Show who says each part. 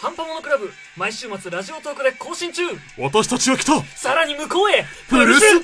Speaker 1: 半端ものクラブ毎週末ラジオトークで更新中
Speaker 2: 私たちは来た
Speaker 1: さらに向こうへ
Speaker 2: プルス